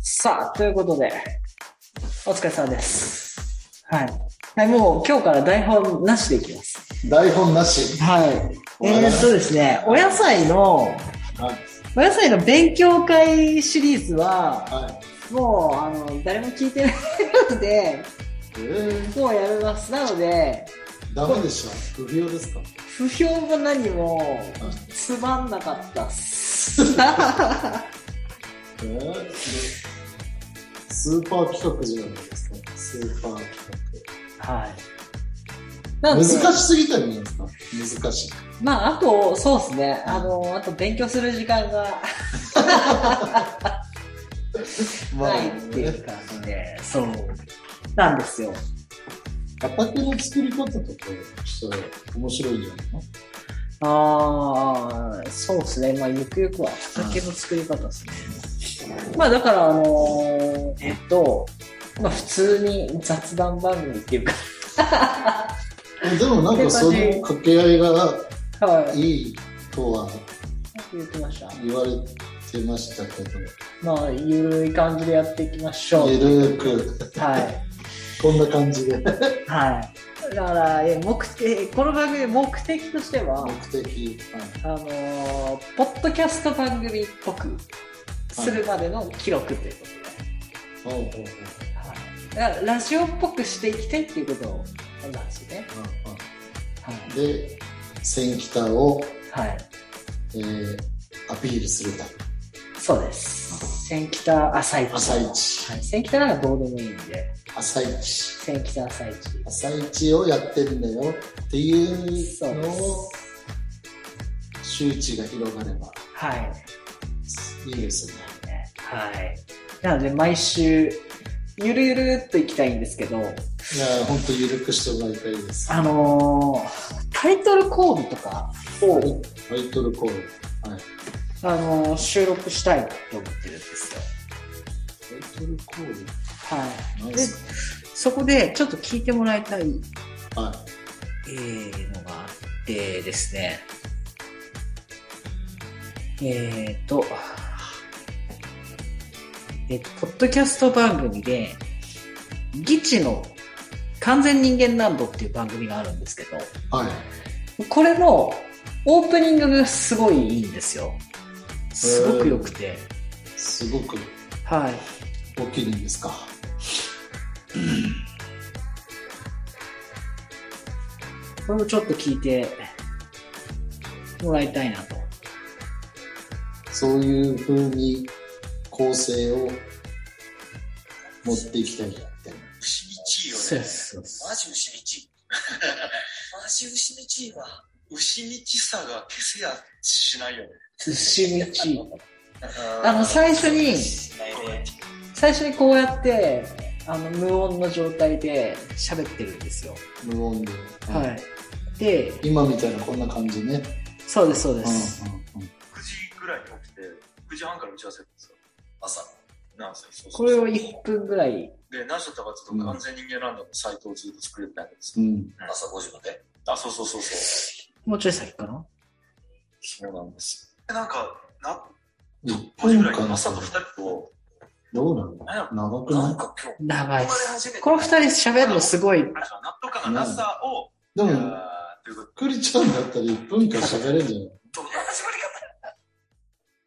さあ、ということで、お疲れ様です。はい。はい、もう今日から台本なしでいきます。台本なし。はい。えーっとですね、お野菜の、はい。お野菜の勉強会シリーズは、はい。もう、あの、誰も聞いてないので、えー、もうやめます。なので、ダメでしょ。不評ですか。不評も何も、はい。つまんなかったっす。はえー、スーパー企画じゃないですか。スーパーい。企画。なの難でしすぎたんじゃないですか。難しい。まあ、あと、そうですね。あの、あと勉強する時間がないっていう感じね。で、そう。なんですよ。畑の作り方とかしたら面白いんじゃないのああ、そうですね。まあ、ゆくゆくは畑の作り方ですね。まあ、だから、あのーえっと、まあ、普通に雑談番組っていうえでもなんかその掛け合いがか、 はい。いいとは言ってました。言われてましたけど、まあ、ゆるい感じでやっていきましょう。ゆるーく、はい。こんな感じで、はい。だから、え目的この番組、目的としては、目的。はいあのーポッドキャスト番組っぽくするまでの記録ということおうおうおうで、はいだからラジオっぽくしていきたいっていうことなんですよね。うはい。んうんで、千北を、はい、えーアピールするためそうです。千北朝市。朝一はい、千北ならどうでもいいんで、朝一千北朝市。朝一をやってんだよっていうそうでのをす。周知が広がればはい。いいですねはい。なので、毎週、ゆるゆるっといきたいんですけど、いや本当緩くしてもらいたいですあのータイトルコールとかを、タイトルコールはいあのー収録したいと思ってるんですよ。タイトルコールはい。なんですかそこでちょっと聞いてもらいたい、はいえー、のがあってですね。えっ、ー、と、えっ、と、ポッドキャスト番組で、ギチの完全人間ランドっていう番組があるんですけど、はいこれのオープニングがすごいいいんですよ。すごく良くて。すごくはい。お気に入りですかこれもちょっと聞いてもらいたいなと。そういう風に構成を持っていきたいなって牛道よそうね。そうそマジ牛道。マジ牛道は、牛道さが消せやしないよね。う。牛道。ああの最初にしないね最初にこうやって、あの、無音の状態で喋ってるんですよ。無音で、はい。で、今みたいなこんな感じね、そうです、そううんです。うんうん、 9時ぐらいに起きて、9時半から打ち合わせるんですよ。朝。なんすよそうこそうれそうを1分ぐらい。で、何しとったかというと、完全人間ランドのサイトをずっと作れてたんですよ。うん、朝5時まで。あ、そうそうそうそう。もうちょい先かなそうなんです。でなんか、な1 5時分ぐらいに間朝と2人と、どうなのなんやろ長くななんか今日、長いっ生まれす。始めてこの2人喋るのすごい。あれか納豆感がなさを、いでいやもーということで、くりちゃんだったら1分間喋れるんじゃどんな始ま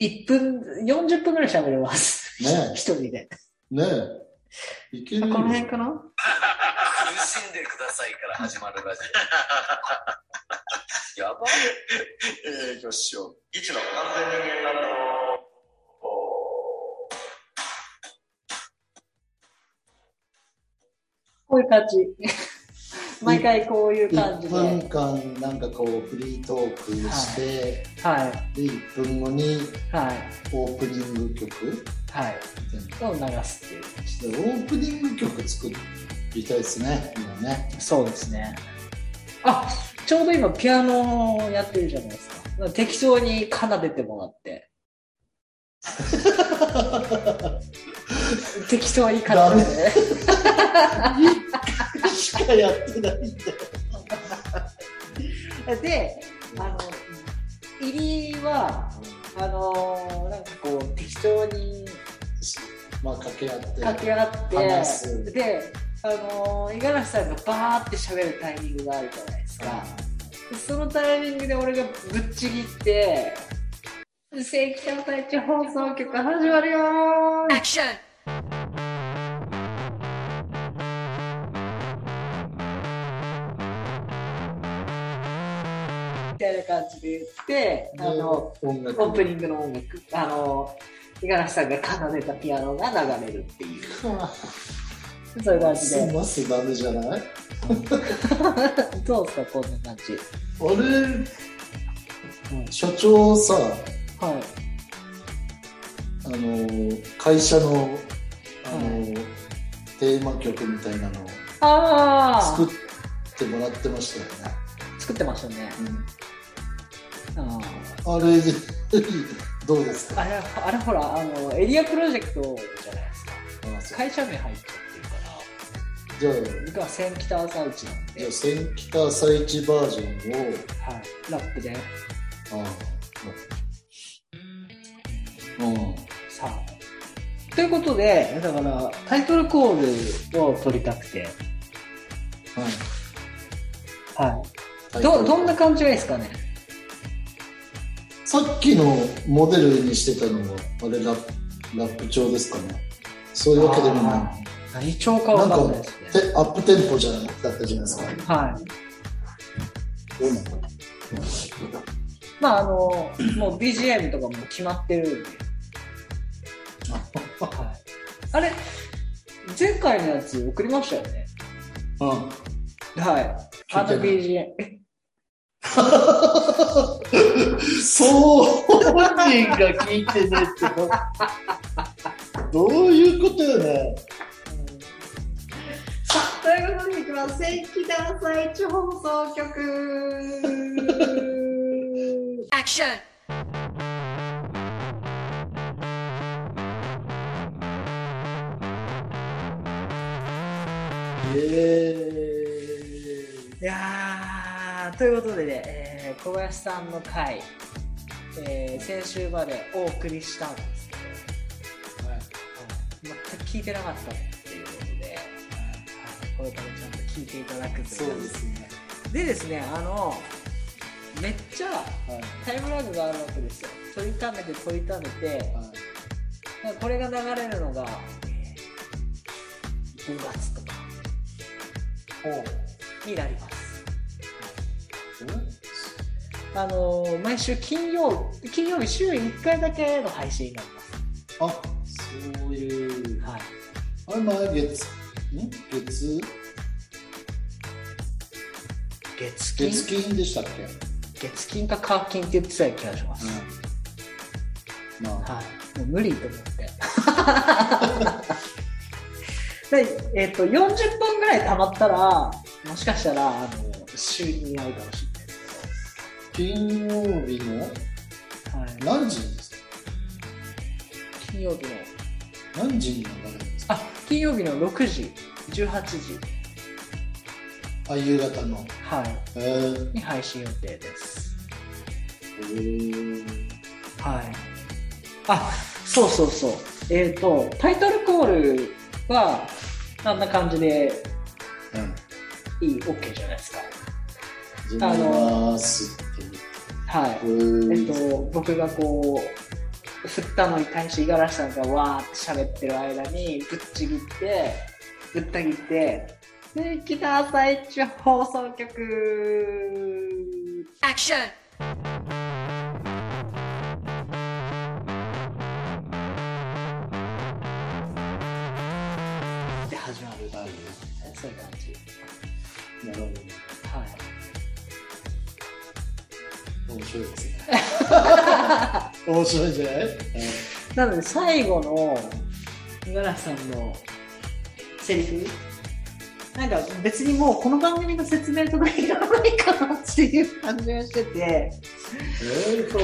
り方1分、40分ぐらい喋れます。ね一人で。ないねえいけこるよの辺かな苦しんでくださいから始まるラジオ。やばい。えー、よしよ。一の完全人間ランこういう感じ。毎回こういう感じ1で。分間なんかこうフリートークして、はい。で1分後にはい。オープニング曲みはい。たいなを流すっていう。してオープニング曲作りたいですね今 ねそうですね。あちょうど今ピアノをやってるじゃないですか。だから適当に奏でてもらって。適当に奏ダでメて。しかやってないんだで、あの、入りは、あのーなんかこう、適当にまあ掛け合って駆け上がって話すであのー五十嵐さんがバーって喋るタイミングがあるじゃないですか、でそのタイミングで俺がぶっちぎって「正規の最中放送局始まるよー」アクションみたいな感じで言って、あの、で音楽オープニングの音楽、あの、五十嵐さんが奏でたピアノが流れるっていう、そういう感じすで。ますダメじゃない どうですか、こんな感じ。俺うん所長さはい。あの会社のあの、テーマ曲みたいなのをあ作あってもらってましたよね、作ってましたね。あうん、あれどうですーかあれ、あれほら、あの、エリアプロジェクトじゃないですか。あそう会社名入っちゃってるから、じゃあ僕は千北朝市なんじでゃあ、千北朝市バージョンをはい。ラップで、ああうんさあ。ということで、だから、タイトルコールを取りたくて、は。はいいど、どんな感じがいいですかねさっきのモデルにしてたのはあれララップ調ですかねそういうわけでもあない何調かわかんないですね。てアップテンポじゃなかったじゃないですかはい。どうなのまああの、もう BGM とかも決まって るんで。はい、あれ、前回のやつ送りましたよね。うんはい。あの聞いてない BGM。えそう本人が聞いてねってどういうことよねさあ、ということで、いきます。正規ダンサイチ放送局。アクションイエーイいやーということでね、えー小林さんの回、えー先週までお送りしたんですけど、全く聞いてなかったっていうことで、はいこれからちゃんと聞いていただくというそうですねでですねあのめっちゃはいタイムラグがあるわけですよ取りためて取りためてはいこれが流れるのがえー5月とかになりますあのー毎週金曜金曜日週1回だけの配信になります。あそういうはい。あれ前月ん月月金月金でしたっけ、月金か火金って言ってたような気がします。うん、まあはい。もう無理と思って。でえっ、と40分ぐらい溜まったらもしかしたらあの週になるかもしれないです金曜日けのど。はい。何時にですか金曜日の何時に流れるんですかあ金曜日の6時18時あ夕方のはいえー、に配信予定です。えー、はい。あ、そうそうそう。えっ、と、タイトルコールは、あんな感じでうんいい、OK じゃないですか。始めますっていうはい。うえっ、ーんと、僕がこう、振ったのに対して、五十嵐さんがわーって喋ってる間に、ぶっちぎって、ぶった切って、で、北朝一放送局アクションで始まるはいそういう感じ。なるほはい。ど面白いですね面白いんじゃない、うんなので最後の五十嵐さんのセリフなんか別にもうこの番組の説明とかいらないかなっていう感じがしててえそう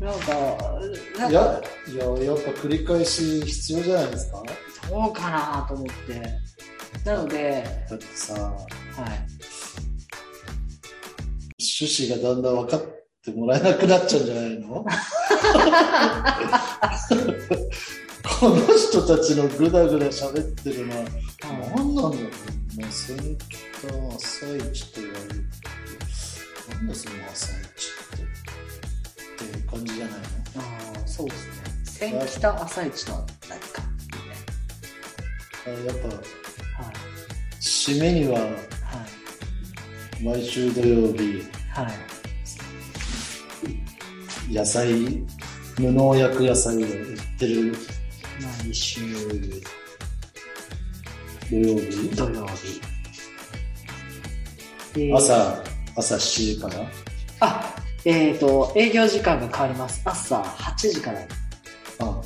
なんかなんー、いかやいややっぱ繰り返し必要じゃないですかそうかなと思ってなので、だってさはい、趣旨がだんだん分かってもらえなくなっちゃうんじゃないのここの人たちのぐだぐだ喋ってるのは何なんだろうねセンター朝一と言われるってなんでその朝一ってっていう感じじゃないのああそうですね千北朝市の何かあやっぱはい締めにはは毎週土曜日いはい野菜無農薬野菜を売ってる毎週土曜日土曜日で朝朝7時からあえっ、と営業時間が変わります朝8時からあ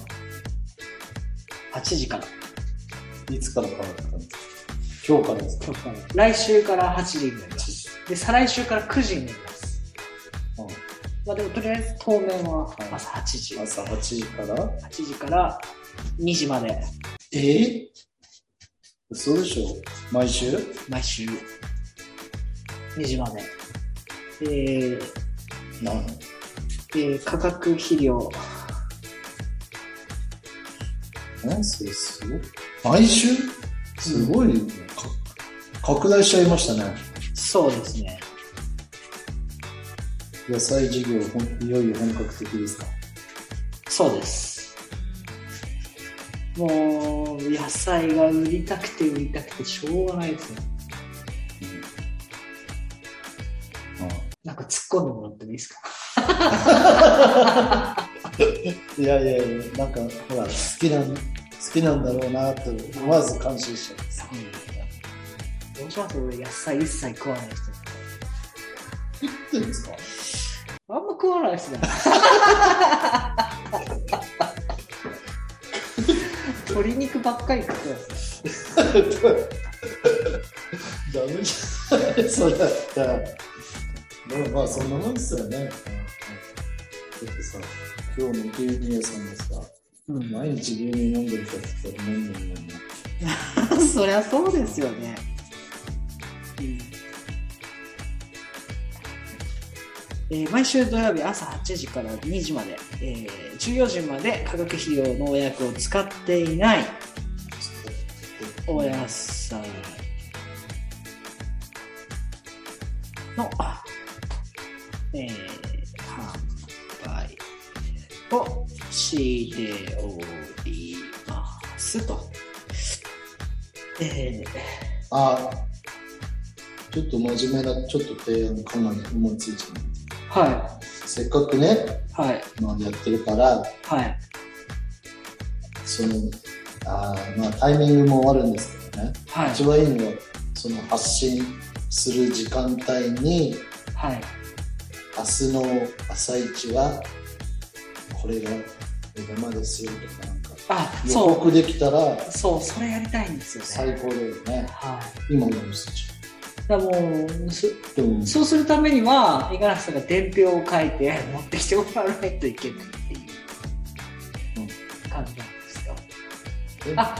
8時からいつから変わったの今日からですか今日から来週から8時になりますで再来週から9時になりますうんまあでもとりあえず当面は朝8時、朝8時から8時から2時までえー、嘘でしょ毎週毎週2時までえーなんえー化学肥料なんそれすごい毎週すごい、か拡大しちゃいましたねそうですね野菜事業ほんいよいよ本格的ですかそうですもう野菜が売りたくて売りたくてしょうがないですよなんか突っ込んでもらってもいいですかいやいやいやなんかほら好きなん好きなんだろうなと思わず感心しちゃいますどうします俺野菜一切食わない人どうですかあんま食わない 人だな鶏肉ばっかり食ってますダメじゃないそれだったら。でもまあそんなもんですよね。だってさ、今日の牛乳屋さんですかうん毎日牛乳飲んでるかって言ったら飲んでるのに。そりゃそうですよね。えー毎週土曜日朝8時から2時まで、えー14時まで化学肥料農薬を使っていないお野菜の、えー販売をしておりますと。えーあ、ちょっと真面目な、ちょっと提案かなり思いついちゃう。はせっかくね、い、はい、まあ、やってるから、はい、その、あーまあタイミングもあるんですけどね。はい、一番いいのは、その発信する時間帯に、はい、明日の朝一はこれが目玉ですよとかなんかあ、予そ告できたらう、そう、それやりたいんですよね。最高だよねはい。今の人たちだからもう、そでもそうするためには、五十嵐さんが伝票を書いて持ってきてもらわないといけないっていう感じなんですよ。えあ、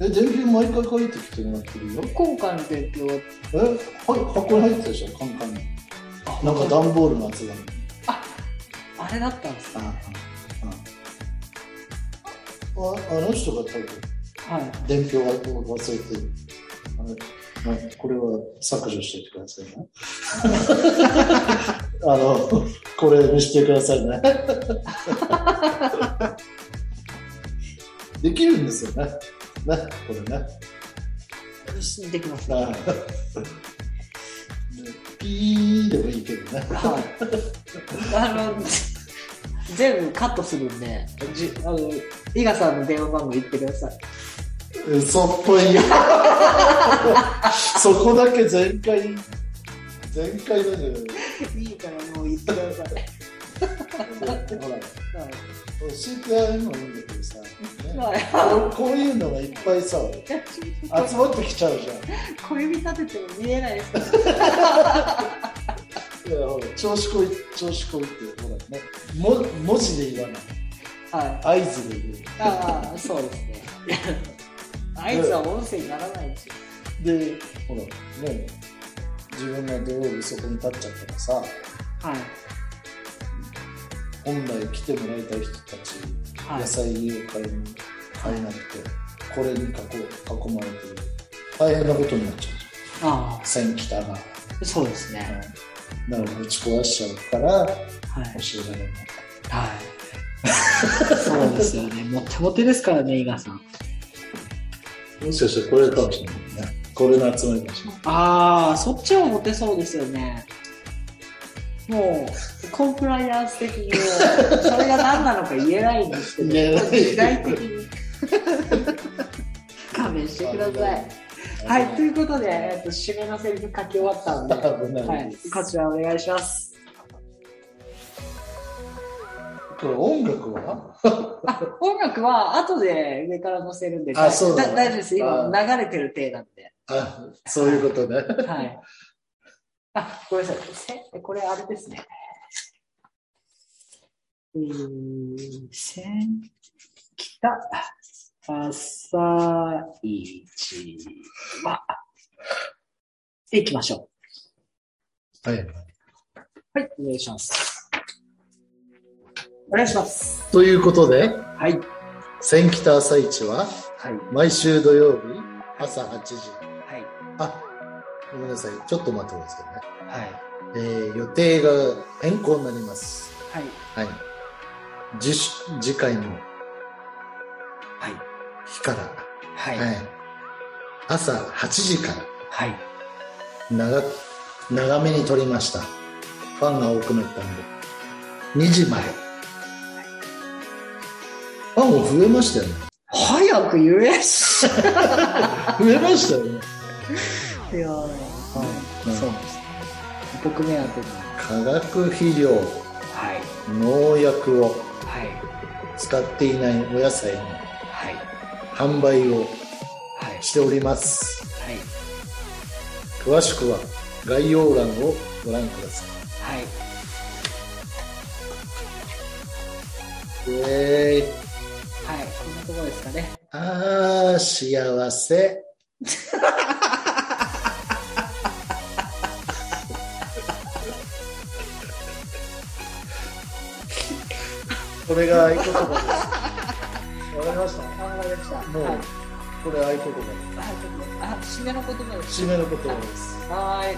え全然毎回書いてきてもらってるよ今回の伝票は、えはい箱に入ってたでしょカンカンになんか段ボールのやつだねあ、あれだったんですかあああああの人が多分はい。伝票は忘れてるあれあこれは削除してくださいね あのこれにしてくださいねできるんですよねねこれねできますね。あはピーでもいいけどねい。あの、全部カットするんで、じあの、伊賀さんの電話番号言ってください。嘘っぽいよそこだけ全開全開だじゃないいいからもう言ってください。ほら教えてやるのもいいんだけどさ、ねはい こうこういうのがいっぱいさ集まってきちゃうじゃん小指立てても見えないですけど。いやほら調子こい調子こいってほらねも文字で言わはい。ない合図で言ああ、そうですね。 あいつは音声にならないんですよ。うでほらね自分が土曜日そこに立っちゃったらさはい。本来来てもらいたい人たちは野い。菜を買いに入らなくてこれに囲囲まれて大変なことになっちゃうあ線北が、あそうですねだからぶち壊しちゃうからはい教えられないはいそうですよ ねモテモテですからね伊賀さんもしかしてこれかもしれないねこれの集まりかもしれないああそっちはモテそうですよねもうコンプライアンス的にもうそれが何なのか言えないんですけど言えない時代的 に勘弁してくださいはいということで、えっと、締めのセリフ書き終わったんで、危ないはい、こちらお願いしますこれ音楽はあ音楽は後で上から載せるんで、あそうだだ大丈夫です。今流あれてる体なんで。あそういうことねはい。あ、ごめんなさい。せこれあれですね。えー、せん、北、朝一は、行きましょはい、う。はい、お願いします。お願いします。ということではい。 「千北朝市」ははい。毎週土曜日朝8時はい。あごめんなさいちょっと待ってくださいはねい。えー予定が変更になります。はい。はい。次週次回の日から、はい。ははい。い、朝8時からはい。長長めに撮りました。ファンが多くなったんで、2時まで。ファンも増えました よね。早く言えし。い増えましたよね。やー、はい、そうですね。僕目当てに。化学肥料、はい。農薬をはい。使っていないお野菜のはい。販売をはい。しております。はい。詳しくは概要欄をご覧くださはい。い。はえー、い。こんなところですかね。あー、幸せ。これが合言葉です。わかりました。あ、わかりました。もうはい。これ合言葉あ、ちょっと、あ、締めの言葉で。ですす。締めの言葉です。はーい。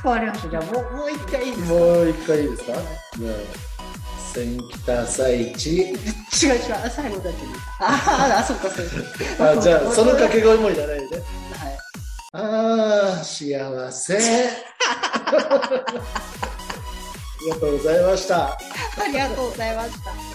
終わりました。じゃあ、もう、もう一回いいですか。もう一回いいですかじゃあ、千北朝市。違う違う、最後だけ。あーあ、そっか、そう か。あ、じゃあ、その掛け声もいらないでね。はい。ああ、幸せ。 ありがとうございました。ありがとうございました。